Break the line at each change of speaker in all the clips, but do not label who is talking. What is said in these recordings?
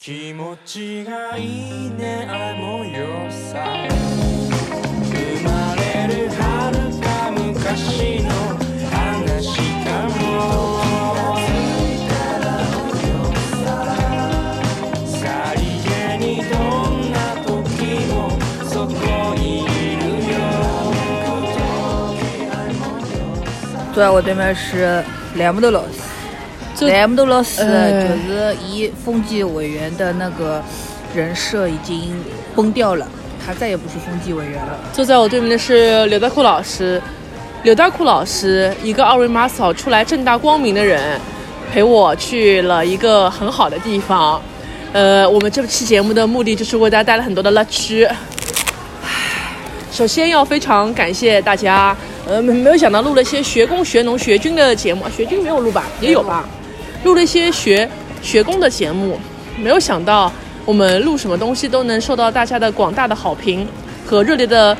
気持ちがいいねあの夜さ生まれる遥か昔の話かもさりげにどんな時もそこにいるよ
坐在我对面是莱姆德老师，莱姆德老师
哎
就是以风纪委员的那个人设已经崩掉了，他再也不是风纪委员了。
坐在我对面的是刘大库老师。刘大库老师，一个二维码扫出来正大光明的人，陪我去了一个很好的地方。呃，我们这期节目的目的就是为大家带来很多的乐趣。唉首先要非常感谢大家，呃，没没有想到录了一些学工、学农、学军的节目，啊学军没有录吧？也有吧？录了一些学学工的节目，没有想到我们录什么东西都能受到大家的广大的好评和热烈的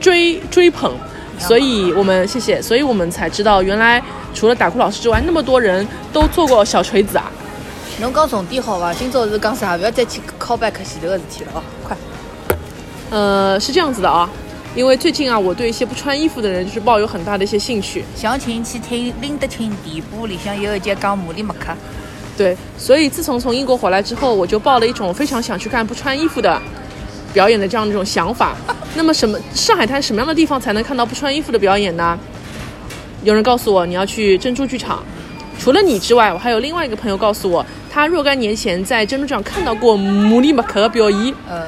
追追捧，所以我们谢谢，所以我们才知道原来除了打哭老师之外，那么多人都做过小锤子啊。
侬讲重点好伐？今朝是讲啥？不要再去 call back 前头个事体了哦，快！
呃，是这样子的啊，因为最近啊，我对一些不穿衣服的人就是抱有很大的一些兴趣，
详情去听拎得清店铺里向有一节讲马里麦克，
对，所以自从从英国回来之后，我就抱了一种非常想去看不穿衣服的表演的这样一种想法。那么什么上海滩什么样的地方才能看到不穿衣服的表演呢？有人告诉我你要去珍珠剧场。除了你之外，我还有另外一个朋友告诉我，他若干年前在珍珠剧场看到过穆里马克的表演，
呃，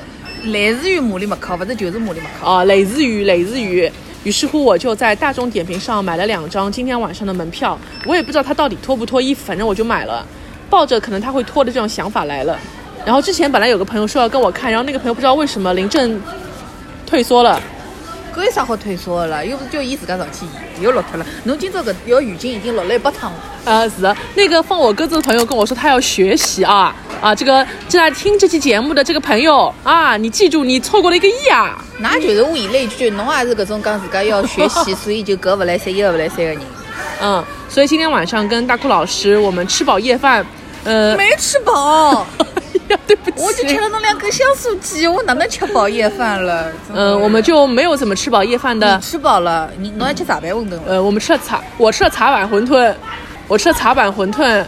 来自于马里麦克，不是就是马里麦克。
啊，类似于类似于。于是乎，我就在大众点评上买了两张今天晚上的门票。我也不知道他到底脱不脱衣服，反正我就买了，抱着可能他会脱的这种想法来了。然后之前本来有个朋友说要跟我看，然后那个朋友不知道为什么临阵退缩了。
搿有啥好退缩的啦？又不是叫伊自家上去演，又落脱了。侬今朝搿条浴巾已经落了一百趟了。
呃，是的，那个放我鸽子的朋友跟我说他要学习啊啊，这个正在听这期节目的这个朋友啊，你记住你错过了一个亿啊。
那就是物以类聚，侬也是搿种讲自家要学习，所以就搿勿来三，一个勿来三个人。
嗯，所以今天晚上跟大哭老师我们吃饱夜饭，呃，
没吃饱，
呀，对不起，
我就吃了侬两根香酥鸡，我哪能吃饱夜饭 了？
呃，我们就没有怎么吃饱夜饭的
你。吃饱了，你侬还吃啥白馄饨了？
呃，我们吃了茶，我吃了茶板馄饨，我吃了茶板馄饨。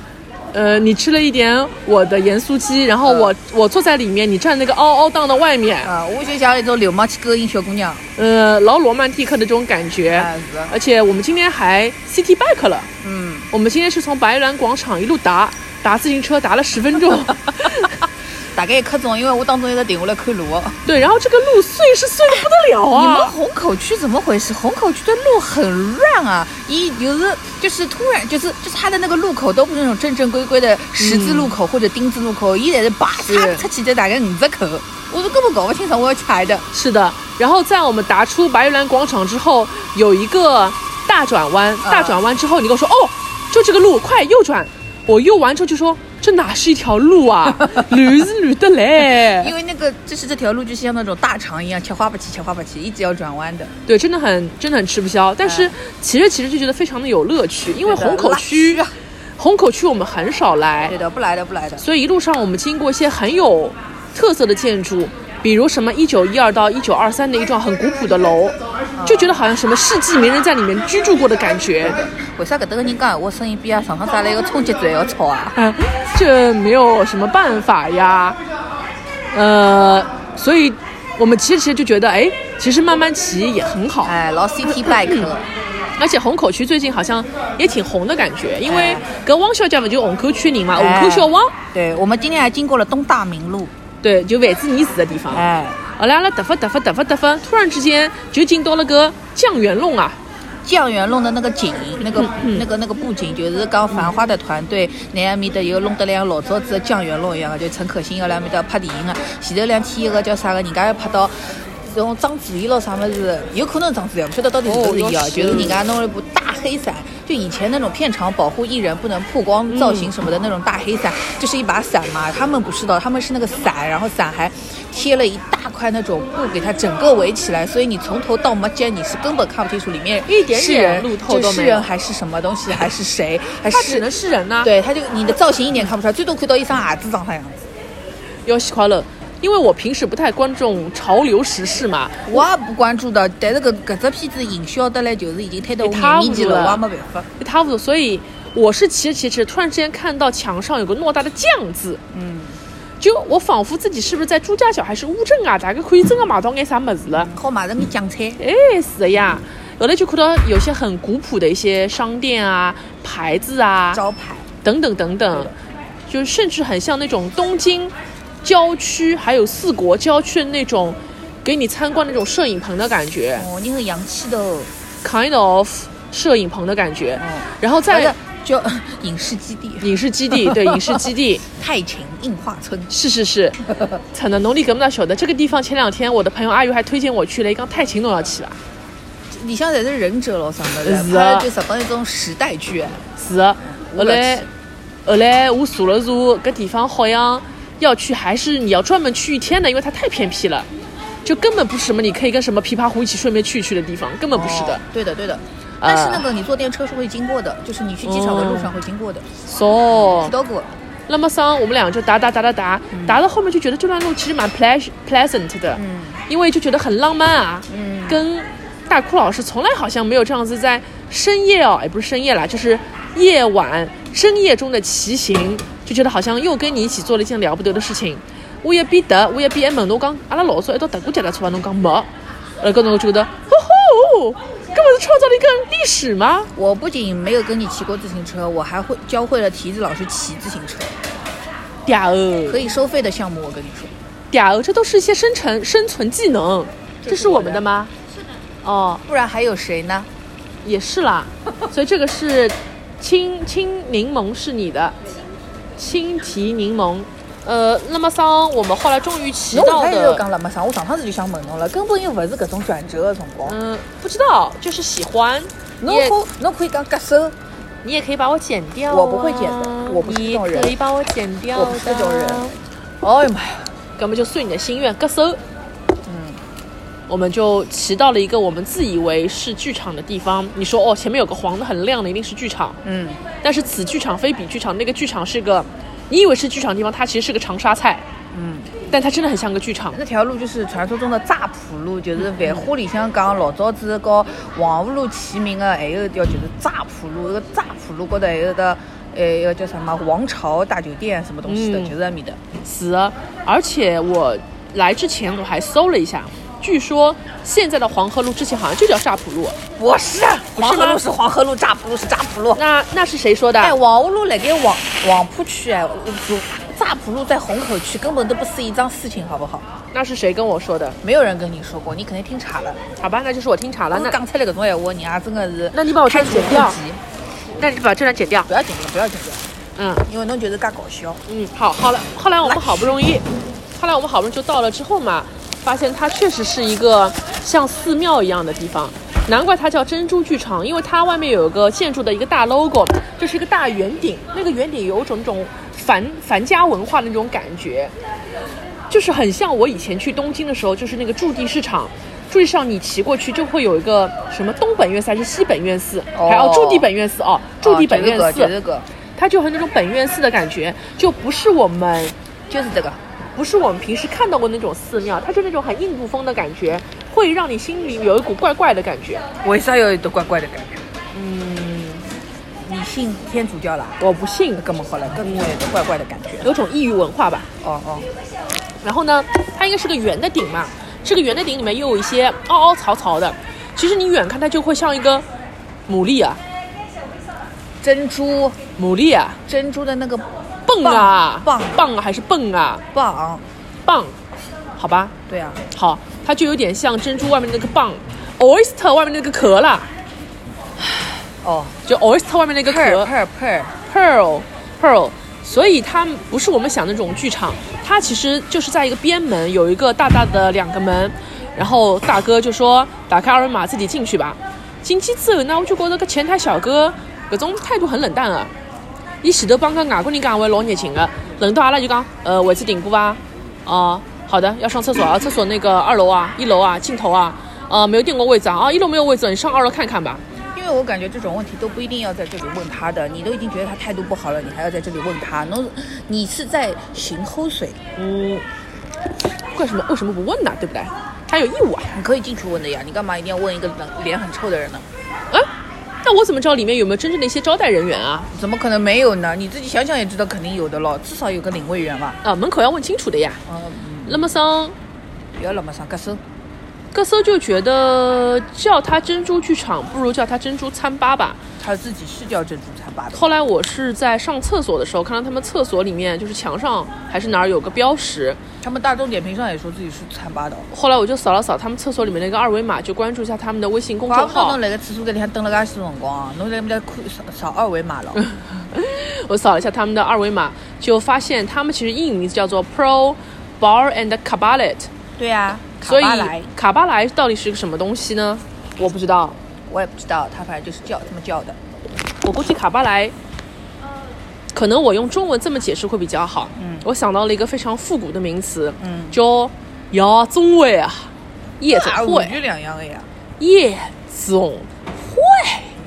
呃，你吃了一点我的盐酥鸡，然后我、
嗯
我坐在里面，你站那个凹凹荡的外面，
啊，我就像一种流氓去勾引小姑娘，
呃，老罗曼蒂克的这种感觉。
啊是的
而且我们今天还 city bike 了，
嗯，
我们今天是从白兰广场一路打打自行车，打了十 分钟。
大概一刻钟，因为我当中一直停下来看路。哦
对，然后这个路碎是碎的不得了
你们
啊！
虹口区怎么回事？虹口区的路很乱啊，一就是就是突然就是就是它的那个路口都不是那种正正规规的十字路口或者丁字路口，一嗯在是叭
是
嚓出去的大概五十口，我都根本搞不清楚我要去哪里的。
是的，然后在我们达出白玉兰广场之后，有一个大转弯，
啊
大转弯之后，你跟我说哦，就这个路，快右转。我右完之后就说，这哪是一条 路啊，驴是驴的嘞
因。为那个就是这条路就像那种大肠一样，切花不起，切花不起，一直要转弯的。
对，真的很真的很吃不
啊
消，但是骑着骑着就觉得非常的有乐趣，因为虹口
对
区
的拉，啊
虹口区我们很少来
对，的，不来的，不来的。
所以一路上我们经过一些很有特色的建筑，比如什么一九一二到一九二三的一幢很古朴的楼，就觉得好像什么世纪名人在里面居住过的感觉。
为啥搿搭个人讲闲话声音比啊上趟啥来个冲击嘴要吵啊？
哎，这没有什么办法呀。呃，所以我们骑着骑着就觉得，哎，其实慢慢骑也很好。
哎，老 CT bike 了
而且虹口区最近好像也挺红的感觉，因为
哎
跟汪小姐嘛，就虹口区人嘛，虹
哎
口小汪，
对，我们今天还经过了东大明路，
对，就万子泥子的地方。
哎，
阿拉阿拉搭发搭发搭发搭发，突然之间就进到了个酱园弄啊！
酱园弄的那个景，那个、那个那个布景，就是讲《繁花》的团队，那埃面搭又弄得两老早子的酱园弄一哎样的，就陈可辛要来埃面搭拍电影啊。前头两天一个叫啥个，人家要拍到。种章子怡咯啥么子，有可能章子怡，不晓得到底是不是伊啊
哦。是
就是人家弄了一部大黑伞，就以前那种片场保护艺人不能曝光造型什么的那种大黑伞，就是一把伞嘛。他们不是的，他们是那个伞，然后伞还贴了一大块那种布给它整个围起来，所以你从头到末间你是根本看不清楚里面
一点点
是人
路透都
就是
没有
人还是什么东西，还是谁，还
它只
哎是
能是人呐、啊
对，他就你的造型一点看不出来，最多看到一双鞋子长啥样子。
要喜快乐。因为我平时不太关注潮流时事嘛，
我也不关注的，但是搿搿只片子营销得来就是已经推到我
一
眼
塌糊涂
面前了，
了
我也没办法。
一塌糊涂。所以我是骑着骑着，突然之间看到墙上有个偌大的“酱”字，
嗯，
就我仿佛自己是不是在朱家角还是乌镇啊，大概可以真的买到眼啥么子了。
好买着眼酱菜，
哎，是的呀。后来就看到有些很古朴的一些商店啊、牌子啊
招牌。
等等等等，就甚至很像那种东京郊区还有四国郊区的那种，给你参观那种摄影棚的感觉
哦，你很洋气的哦，
，kind of 摄影棚的感觉。
嗯，
然后
反正
在
叫 影视基地，
影视基地，对影视基地，
太秦映画村。
是是是，才能侬里搿么大晓得这个地方。前两天我的朋友阿玉还推荐我去了，伊讲太秦侬要去伐？
里向侪是忍者咯啥么的，
是
拍
啊
就日本一种时代剧，啊
是的。后来后来我查了查，搿地方好像要去还是你要专门去一天的，因为它太偏僻了，就根本不是什么你可以跟什么琵琶湖一起顺便去一去的地方，根本不是的
哦。对的对的。但是那个你坐电车是会经过的，就是你去机场的路上会经过的，
so，
知道过。
那么上我们俩就打打打打打，打到后面就觉得这段路其实蛮 pleas pleasant 的，
嗯
因为就觉得很浪漫啊。
嗯，
跟大哭老师从来好像没有这样子在深夜哦，也不是深夜啦，就是夜晚深夜中的骑行，就觉得好像又跟你一起做了一件了不得的事情。我一边踏，我一边还问侬讲，阿拉老早一道踏过脚踏车伐？侬讲没，然后侬觉得，吼吼，搿不是创造了一个历史吗？
我不仅没有跟你骑过自行车，我还会教会了体育老师骑自行车，
嗲哦，
可以收费的项目。我跟你说，
嗲哦，这都是一些生存生存技能，这是我们的吗？是的。哦，
不然还有谁呢？
也是 啦，所以这个是青青柠檬是你的，青提柠檬。呃，那么桑，我们后来终于骑
侬
到
刚才就
的，
讲了嘛，上我上趟子就想问侬了，根本又勿是搿种转折的辰光。
嗯、不知道，就是喜欢。
侬
你嗯也
可侬可以讲割手，
你也可以把我剪掉、啊，
我不会剪的我不是这种人
你可以把我剪掉的，
我不是这种人哎呀妈呀，
根本就遂你的心愿，割手。嗯，我们就骑到了一个我们自以为是剧场的地方。你说哦，前面有个黄的很亮的，一定是剧场。
嗯，
但是此剧场非彼剧场，那个剧场是个，你以为是剧场的地方，它其实是个长沙菜。嗯，但它真的很像个剧场。
那条路就是传说中的乍浦路，就是《繁花》里向讲老早子和黄河路齐名的，还有一条就是乍浦路，那个乍浦路高头还有的，呃，一个叫什么王朝大酒店什么东西的，
嗯
就是那面的。
死，啊而且我来之前我还搜了一下，据说现在的黄河路之前好像就叫乍浦路。
不是，
不是吗
黄河路是黄河路，乍浦路是乍浦路。
那那是谁说的？
哎，黄河路辣盖黄黄浦区哎，就乍浦路在虹口区，根本都不是一桩事情，好不好？
那是谁跟我说的？
没有人跟你说过，你肯定听岔了。
好吧，那就是我听岔了。
我
那
讲出来搿种闲话，人也啊真的是
那你把我这
开
段
除
剪
户
掉，
籍，
那你把这段剪掉。
不要紧的，不要紧的。
嗯
因为侬就是介搞笑。
嗯，好，好了。后来我们好不容易，后来我们好不容易就到了之后嘛，发现它确实是一个像寺庙一样的地方，难怪它叫珍珠剧场，因为它外面有一个建筑的一个大 logo，这是一个大圆顶，那个圆顶有一种那种梵梵家文化的那种感觉，就是很像我以前去东京的时候，就是那个驻地市场。驻地市场你骑过去就会有一个什么东本院寺还是西本院寺，还有
哦
驻地本院寺哦，驻地本院
哦
寺，
就是这个，
它就很那种本院寺的感觉，就不是我们
就是这个，就是这个。
不是我们平时看到过那种寺庙，它就那种很印度风的感觉，会让你心里有一股怪怪的感觉。
为啥有一种怪怪的感觉？嗯，你信天主教啦？
我不信，
那么好了，更有一种怪怪的感觉。
有种异域文化吧。
哦哦，
然后呢，它应该是个圆的顶嘛，这个圆的顶里面又有一些凹凹槽槽的，其实你远看它就会像一个牡蛎啊，
珍珠，
牡蛎啊，
珍珠的那个
蚌啊，
蚌
蚌啊还是蚌啊，
蚌，
蚌，好吧，
对啊，
好，它就有点像珍珠外面那个蚌，oyster 外面那个壳啦。
哦
就 oyster 外面那个壳
，pearl pearl
pearl pearl，所以它不是我们想的那种剧场，它其实就是在一个边门有一个大大的两个门，然后大哥就说打开二维码自己进去吧。进去之后呢，我就觉得搿前台小哥搿种态度很冷淡啊。伊前头帮个外国人讲话老热情啊的，轮到阿拉就讲，呃，位置顶过伐？哦，好的，要上厕所啊，厕所啊那个二楼啊，一楼啊，尽头啊，呃，没有定过位置啊，啊，一楼没有位置，你上二楼看看吧。
因为为我感觉这种问题都不一定要在这里问他的，你都已经觉得他态度不好了，你还要在这里问他，侬你是在寻口水，
嗯，为什么为什么不问呢？对不对？他有义务啊。
你可以进去问的呀，你干嘛一定要问一个冷脸很臭的人呢？
哎，那我怎么知道里面有没有真正的一些招待人员啊？
怎么可能没有呢？你自己想想也知道，肯定有的咯，至少有个领位员吧。
啊，门口要问清楚的呀。
嗯，
那么桑，
不要那么上割手。
格搜就觉得叫他珍珠剧场不如叫他珍珠餐吧吧。
他自己是叫珍珠餐吧的，
后来我是在上厕所的时候，看到他们厕所里面就是墙上还是哪儿有个标识，
他们大众点评上也说自己是餐 吧的。
后来我就扫了扫他们厕所里面的一个二维码，就关注一下他们的微信公众
怪不得
号
侬。辣盖厕所间里向等了介许多辰光啊，侬在那边看扫扫二维 码了。
我扫了一下他们的二维码，就发现他们其实英语名字叫做 Pro Bar and Cabaret，
对啊，
所以
卡巴莱
卡巴莱到底是个什么东西呢？我不知道，
我也不知道，他反正就是叫这么叫的。
我估计卡巴莱，可能我用中文这么解释会比较好。
嗯
我想到了一个非常复古的名词，
嗯
叫夜总会啊，夜总
啊我
会，
就两样的呀，
夜总 会。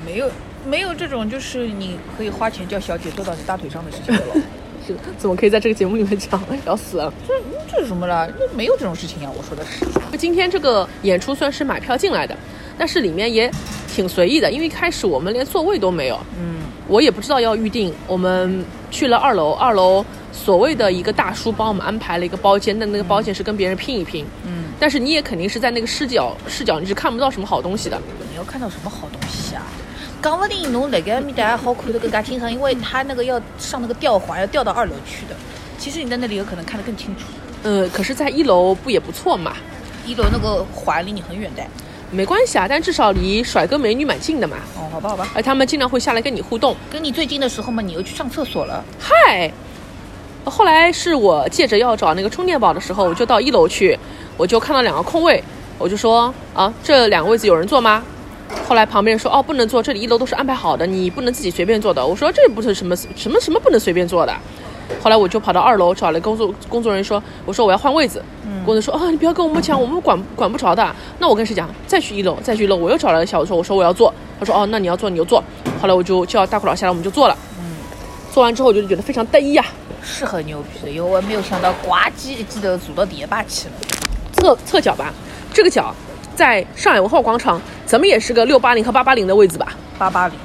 没有没有这种就是你可以花钱叫小姐坐到你大腿上的事情的了。
这个怎么可以在这个节目里面讲？ 要死了！
这这是什么啦？这没有这种事情啊呀、我说的是。
今天这个演出算是买票进来的，但是里面也挺随意的，因为一开始我们连座位都没有，
嗯，
我也不知道要预定，我们去了二楼，二楼所谓的一个大叔帮我们安排了一个包间，但那个包间是跟别人拼一拼，
嗯，
但是你也肯定是在那个视角视角你是看不到什么好东西的，
你要看到什么好东西啊？讲不定侬辣盖埃面搭还好看得更加清爽，因为他那个要上那个吊环，要吊到二楼去的。其实你在那里有可能看得更清楚，
呃，可是在一楼不也不错嘛，
一楼那个环离你很远的。
没关系啊，但至少离甩哥美女蛮近的嘛，
哦，好吧，好吧。
而他们经常会下来跟你互动，
跟你最近的时候嘛，你又去上厕所了。
嗨，后来是我借着要找那个充电宝的时候，我就到一楼去，我就看到两个空位，我就说啊，这两个位置有人坐吗？后来旁边人说哦，不能坐，这里一楼都是安排好的，你不能自己随便坐的。我说这不是什么什么什么不能随便坐的。后来我就跑到二楼找了工作工作人员说，我说我要换位子。工作人员说啊，你不要跟我们讲，我们管管不着的。那我跟谁讲？再去一楼，再去一楼，我又找了小时候，我说我要坐，他说哦，那你要坐你就坐。后来我就叫大裤佬下来，我们就坐了。做完之后我就觉得非常得意啊，
是很牛逼的，因为我也没有想到呱唧一记头坐到第一排去了。
侧侧脚吧，这个脚在上海文化广场怎么也是个六八零和八八零的位置吧，
八八零，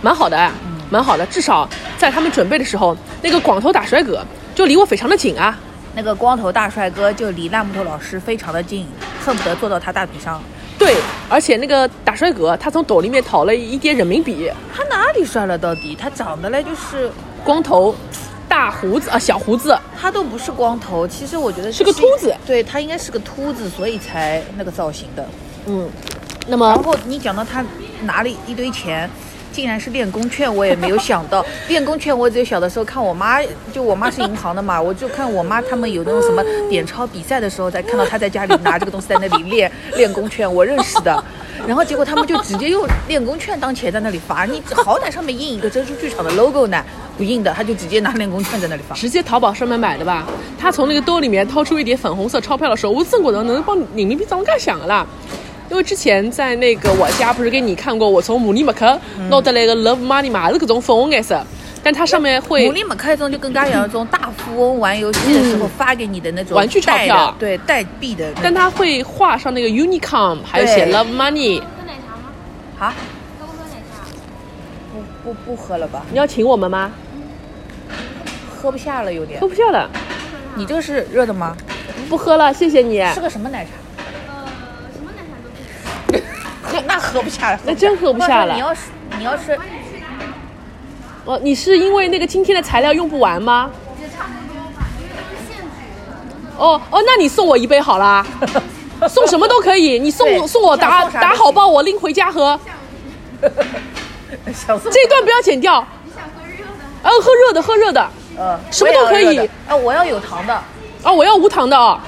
蛮好的啊，蛮好的，至少在他们准备的时候，那个广头打摔哥就离我非常的近啊，
那个光头大帅哥就离烂木头老师非常的近，恨不得坐到他大腿上。
对，而且那个打摔哥他从兜里面掏了一叠人民币，
他哪里帅了到底？他长得嘞就是
光头，大胡子啊小胡子，
他都不是光头，其实我觉得
是个
这一
秃子
对他应该是个秃子，所以才那个造型的。
嗯，那么
然后你讲到他拿了一堆钱。竟然是练功券，我也没有想到。 练功券，我只有小的时候看我妈，就我妈是银行的嘛， 我就看我妈他们有那种什么点钞比赛的时候，才看到她在家里拿这个东西在那里练练功券，我认识的。 然后结果他们就直接用练功券当钱在那里发，你好歹上面印一个珍珠剧场的 logo 呢，不印的，他就直接拿练功券在那里发。
直接淘宝上面买的吧。他从那个兜里面掏出一叠粉红色钞票的时候，我正觉得能帮人民币长干响的啦。因为之前在那个我家不是给你看过，我从慕尼马克
嗯
拿得来个 Love Money 嘛，也是各种粉红颜色，但它上面会
努力嘛，开中就更加像那种大富翁玩游戏的时候发给你的那种
嗯玩具钞
带的
票啊
对代币的那种。
但它会画上那个 Unicom，还有写
对
Love Money。
喝奶茶吗？
啊，
都不喝奶茶。
不不不喝了吧，
你要请我们吗？
喝不下了有点
喝。不下了，
你这个是热的吗？
不喝了，谢谢你。
是个什么奶茶？
呃，什么奶茶都不喝。
喝 那喝不下了，
那真喝不下了
你要是你要 是
哦，你是因为那个今天的材料用不完吗？
也差不多吧，因为都是现煮的。
哦哦，那你送我一杯好啦，送什么都可以，你
对
送送我
想
打
送啥都
打
行
好包，我拎回家喝。
想送
这一段不要剪掉。嗯，喝热的，喝热的。
呃
什么都可以
我也要热的啊，我要有糖的
啊，我要无糖的啊，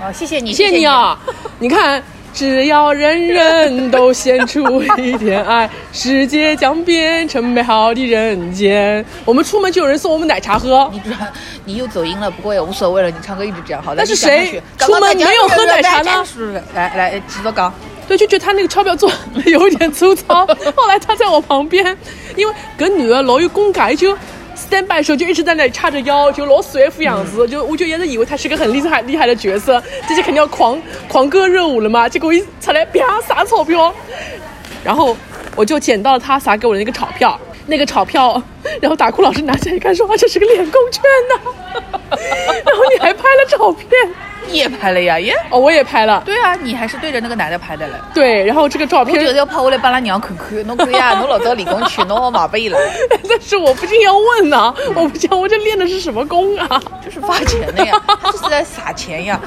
啊，谢谢你，
谢谢你啊。你看，只要人人都献出一点爱，世界将变成美好的人间。我们出门就有人送我们奶茶喝
谢谢你，，你主要你又走音了，不过也无所谓了，你唱歌一直这样好的。
但是
你讲下
谁
去刚刚
出门
在家
没有喝
热热
奶茶
热
呢
是不是来来，继续讲。
对，就觉得他那个钞票做得有一点粗糙。后来他在我旁边，因为搿男的老有公感，就 stand by 的时候就一直在那里叉着腰，就老随副样子。就我就一直以为他是个很厉害厉害的角色，这是肯定要狂狂歌热舞了嘛。结果一出来啪撒钞票，然后我就捡到了他撒给我的那个钞票，那个钞票，然后打哭老师拿起来一看说，啊，这是个脸工券呐、 然后你还拍了照片，
你也拍了呀？耶，
哦，我也拍了，
对啊，你还是对着那个男的拍的嘞。
对，然后这个照
我
片
就是要拍下来帮拉娘看看，侬看呀，侬老早理工去，侬好买拨伊拉，
但是我不禁要问呐、我不想我这练的是什么功啊？
就是发钱的呀， 他就是在撒钱呀，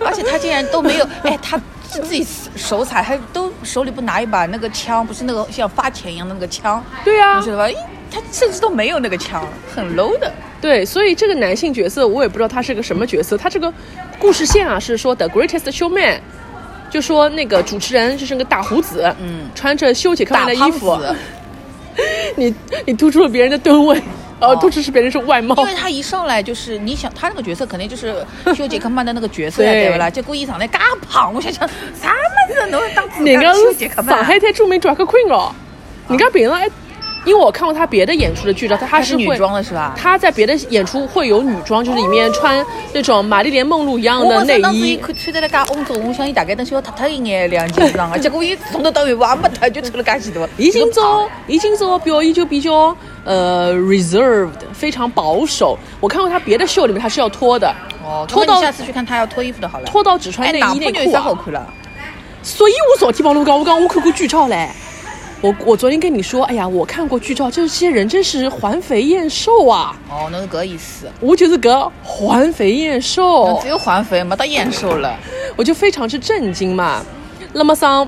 而且他竟然都没有，哎，他自自己手撒，还都手里不拿一把那个枪，不是那个像发钱一样的那个枪，
对
你
啊
知，道吧？咦他甚至都没有那个枪，很 low 的。
对，所以这个男性角色我也不知道他是个什么角色。他这个故事线啊是说 The Greatest Showman，就说那个主持人就是个大胡子，嗯，穿着修杰克曼
大
的衣
胖
服，
子，
你你突出了别人的吨位，呃，
哦
突出是别人是外貌
因。为他一上来就是你想他那个角色肯定就是修杰克曼的那个角色呀，
对
对不啦？结果一上来嘎胖，我想想啥么子能当自
人
家
家
修杰克曼
上
啊？
海滩著名 drag queen 哦，人家别人哎，因为我看过他别的演出的剧照，他他
她
是
是
会
女装的是吧？
她在别的演出会有女装，就是里面穿那种玛丽莲梦露一样的
我
内
当时伊
衣。
看穿得了介臃肿，我想伊大概能想要脱脱一眼两件衣裳啊，结果伊从头到尾哇没脱，就穿了介许多。
伊今
这个胖
朝，伊今朝表演就比较呃 reserved，非常保守。我看过她别的秀里面，她是要脱的，
哦，
脱
脱
到
到下次去看他要脱衣服的好了。
脱到只穿
哎，
内
哪
衣
部有
内裤
啥
啊、
好看了？
所以我昨天帮侬讲，我讲我看过剧照嘞。哎我我昨天跟你说，哎呀，我看过剧照，这些人真是环肥燕瘦啊！
哦，侬是搿意思，
我就是个环肥燕瘦
侬只。有环肥，没得燕瘦了。
我就非常之震惊嘛。那么桑，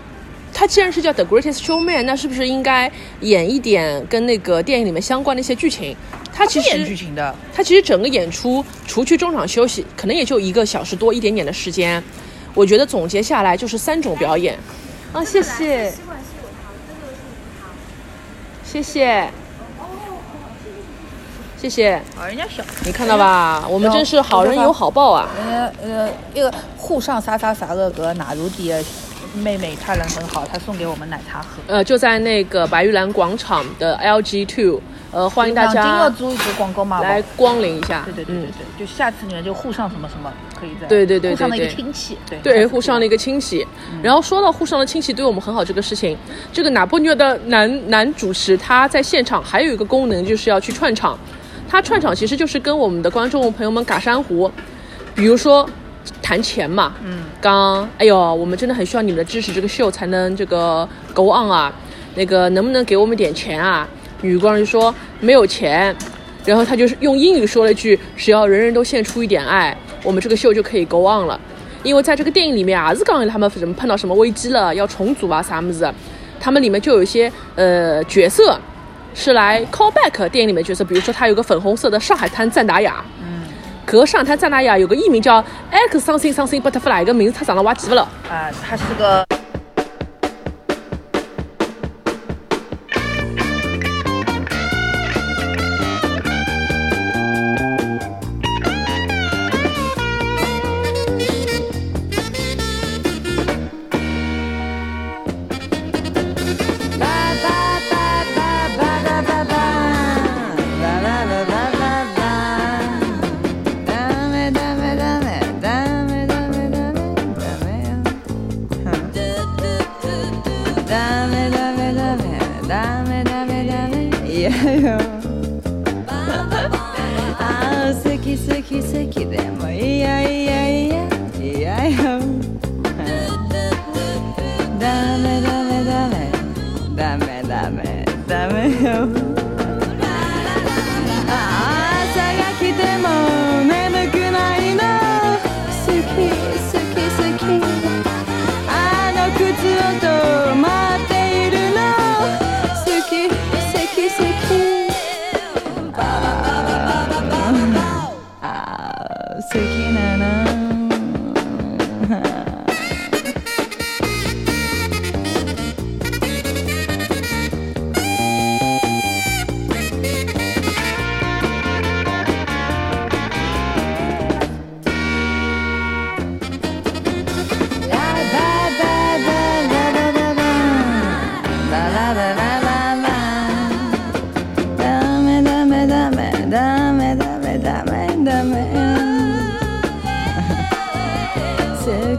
他既然是叫 The Greatest Showman，那是不是应该演一点跟那个电影里面相关的一些剧情？他其
不演剧
实
情的，
他其实整个演出，除去中场休息，可能也就一个小时多一点点的时间。我觉得总结下来就是三种表演。啊，谢谢，
吸管是有糖，这个是无糖。
谢谢，谢谢，
啊，人家小，
你看到吧？我们真是好人有好报啊！
呃呃，一个沪上啥啥啥个个哪如地的妹妹，她人很好，她送给我们奶茶喝。
呃，就在那个白玉兰广场的 LG Two，呃，欢迎大
南京
家
要租一个广告嘛？
来光临一下。
啊对对对对
嗯
对，就下次你们就沪上什么什么可以在
对对对对
沪上的一个
对
亲戚，对
对，
下次
沪上的一个亲戚。然后说到沪上的亲戚对我们很好这个事情，这个拿破虐的男男主持他在现场还有一个功能就是要去串场，他串场其实就是跟我们的观众朋友们嘎珊瑚，比如说谈钱嘛，嗯，刚哎呦，我们真的很需要你们的支持，这个秀才能这个 go on 啊，那个能不能给我们点钱啊？女观众就说没有钱，然后他就是用英语说了一句：“只要人人都献出一点爱，我们这个秀就可以 go on 了。”因为在这个电影里面啊，是讲他们什么碰到什么危机了，要重组啊啥么子，他们里面就有一些呃角色是来 call back 电影里面角色，比如说他有个粉红色的上海滩赞达雅，嗯，格上海滩赞达雅有个艺名叫 X something something butterfly，一个名字他长得我也记不了。
啊，他是个 Ah,
好き好き好きでもいやいやいやいやよダメダメダメダメダメダメよ朝が来ても眠くないの好き好き好きあの靴音待っているの好き好き好きあー好きなのラバラバラバラ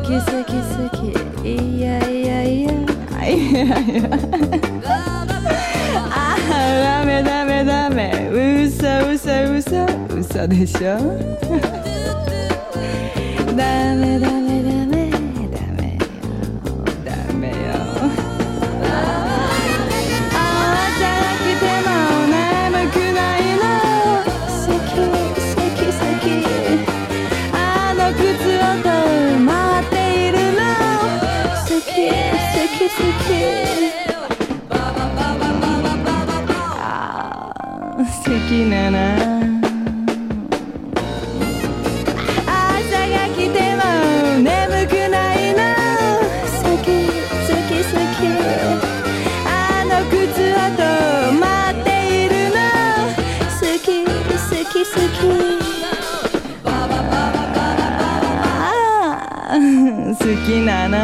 き好き好きいやいやいやいやいやああダメダメダメうそうそうそう嘘でしょダメダメダメダメよダメよ朝起きても眠くないの好き好き好きあの靴音待っているの好き好き好きあー好きだな朝が来ても眠くないの好き好き好きあの靴音待っているの好き好き好きああ好きなな